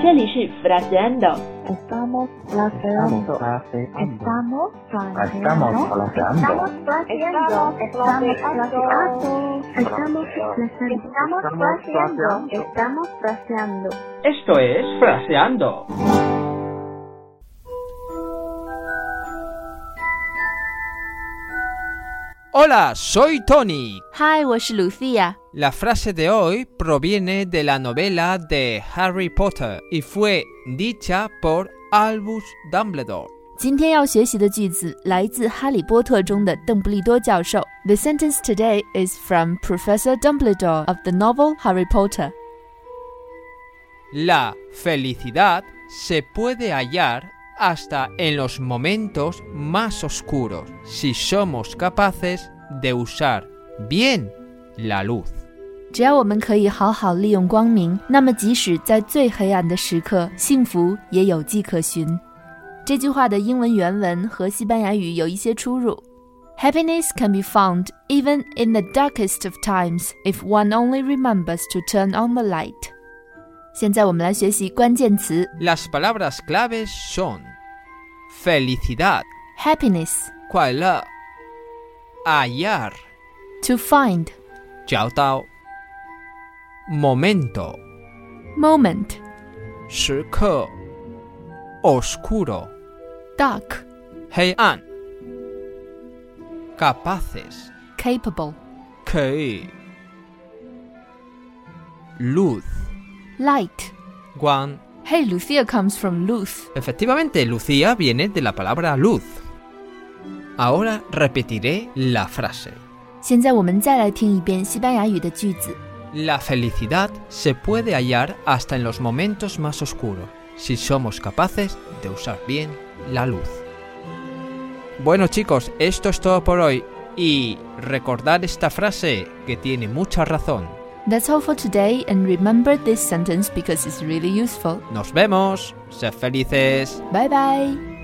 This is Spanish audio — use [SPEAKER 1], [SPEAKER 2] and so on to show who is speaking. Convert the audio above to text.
[SPEAKER 1] 这里是 fraseando。
[SPEAKER 2] Estamos fraseando.
[SPEAKER 3] Estamos fraseando.
[SPEAKER 2] Estamos fraseando.
[SPEAKER 3] Estamos fraseando.
[SPEAKER 2] Estamos fraseando.
[SPEAKER 3] Estamos fraseando.
[SPEAKER 2] Estamos
[SPEAKER 3] Estamos
[SPEAKER 2] fraseando.
[SPEAKER 3] fraseando.
[SPEAKER 2] Estamos fraseando.
[SPEAKER 4] Esto es Fraseando. Hola, soy Tony.
[SPEAKER 5] Hi，我是 Lucia。
[SPEAKER 4] La frase de hoy proviene de la novela de Harry Potter y fue dicha por Albus Dumbledore.
[SPEAKER 5] 今天要学习的句子来自《哈利波特》中的邓布利多教授。The sentence today is from Professor Dumbledore of the novel Harry Potter。
[SPEAKER 4] La felicidad se puede hallar hasta en los momentos más oscuros si somos capaces de usar bien la luz.
[SPEAKER 5] 只要我们可以好好利用光明，那么即使在最黑暗的时刻，幸福也有迹可循。这句话的英文原文和西班牙语有一些出入。Happiness can be found even in the darkest of times if one only remembers to turn on the light。现在我们来学习关键词
[SPEAKER 4] Las palabras claves son felicidad,
[SPEAKER 5] happiness
[SPEAKER 4] kuaile, hallar,
[SPEAKER 5] to find
[SPEAKER 4] jiao dao, momento,
[SPEAKER 5] moment
[SPEAKER 4] shike, oscuro,
[SPEAKER 5] dark
[SPEAKER 4] heian, capaces,
[SPEAKER 5] capable
[SPEAKER 4] kei, luz,
[SPEAKER 5] light。
[SPEAKER 4] guan.
[SPEAKER 5] Hey, Lucia comes from Luth。
[SPEAKER 4] Efectivamente, Lucía viene de la palabra luz. Ahora repetiré la frase.
[SPEAKER 5] 现在我们再来听一遍西班牙语的句子。
[SPEAKER 4] La felicidad se puede hallar hasta en los momentos más oscuros, si somos capaces de usar bien la luz. Bueno chicos, esto es todo por hoy y recordad esta frase que tiene mucha razón.
[SPEAKER 5] That's all for today, and remember this sentence because it's really useful.
[SPEAKER 4] Nos vemos, sed felices.
[SPEAKER 5] Bye bye!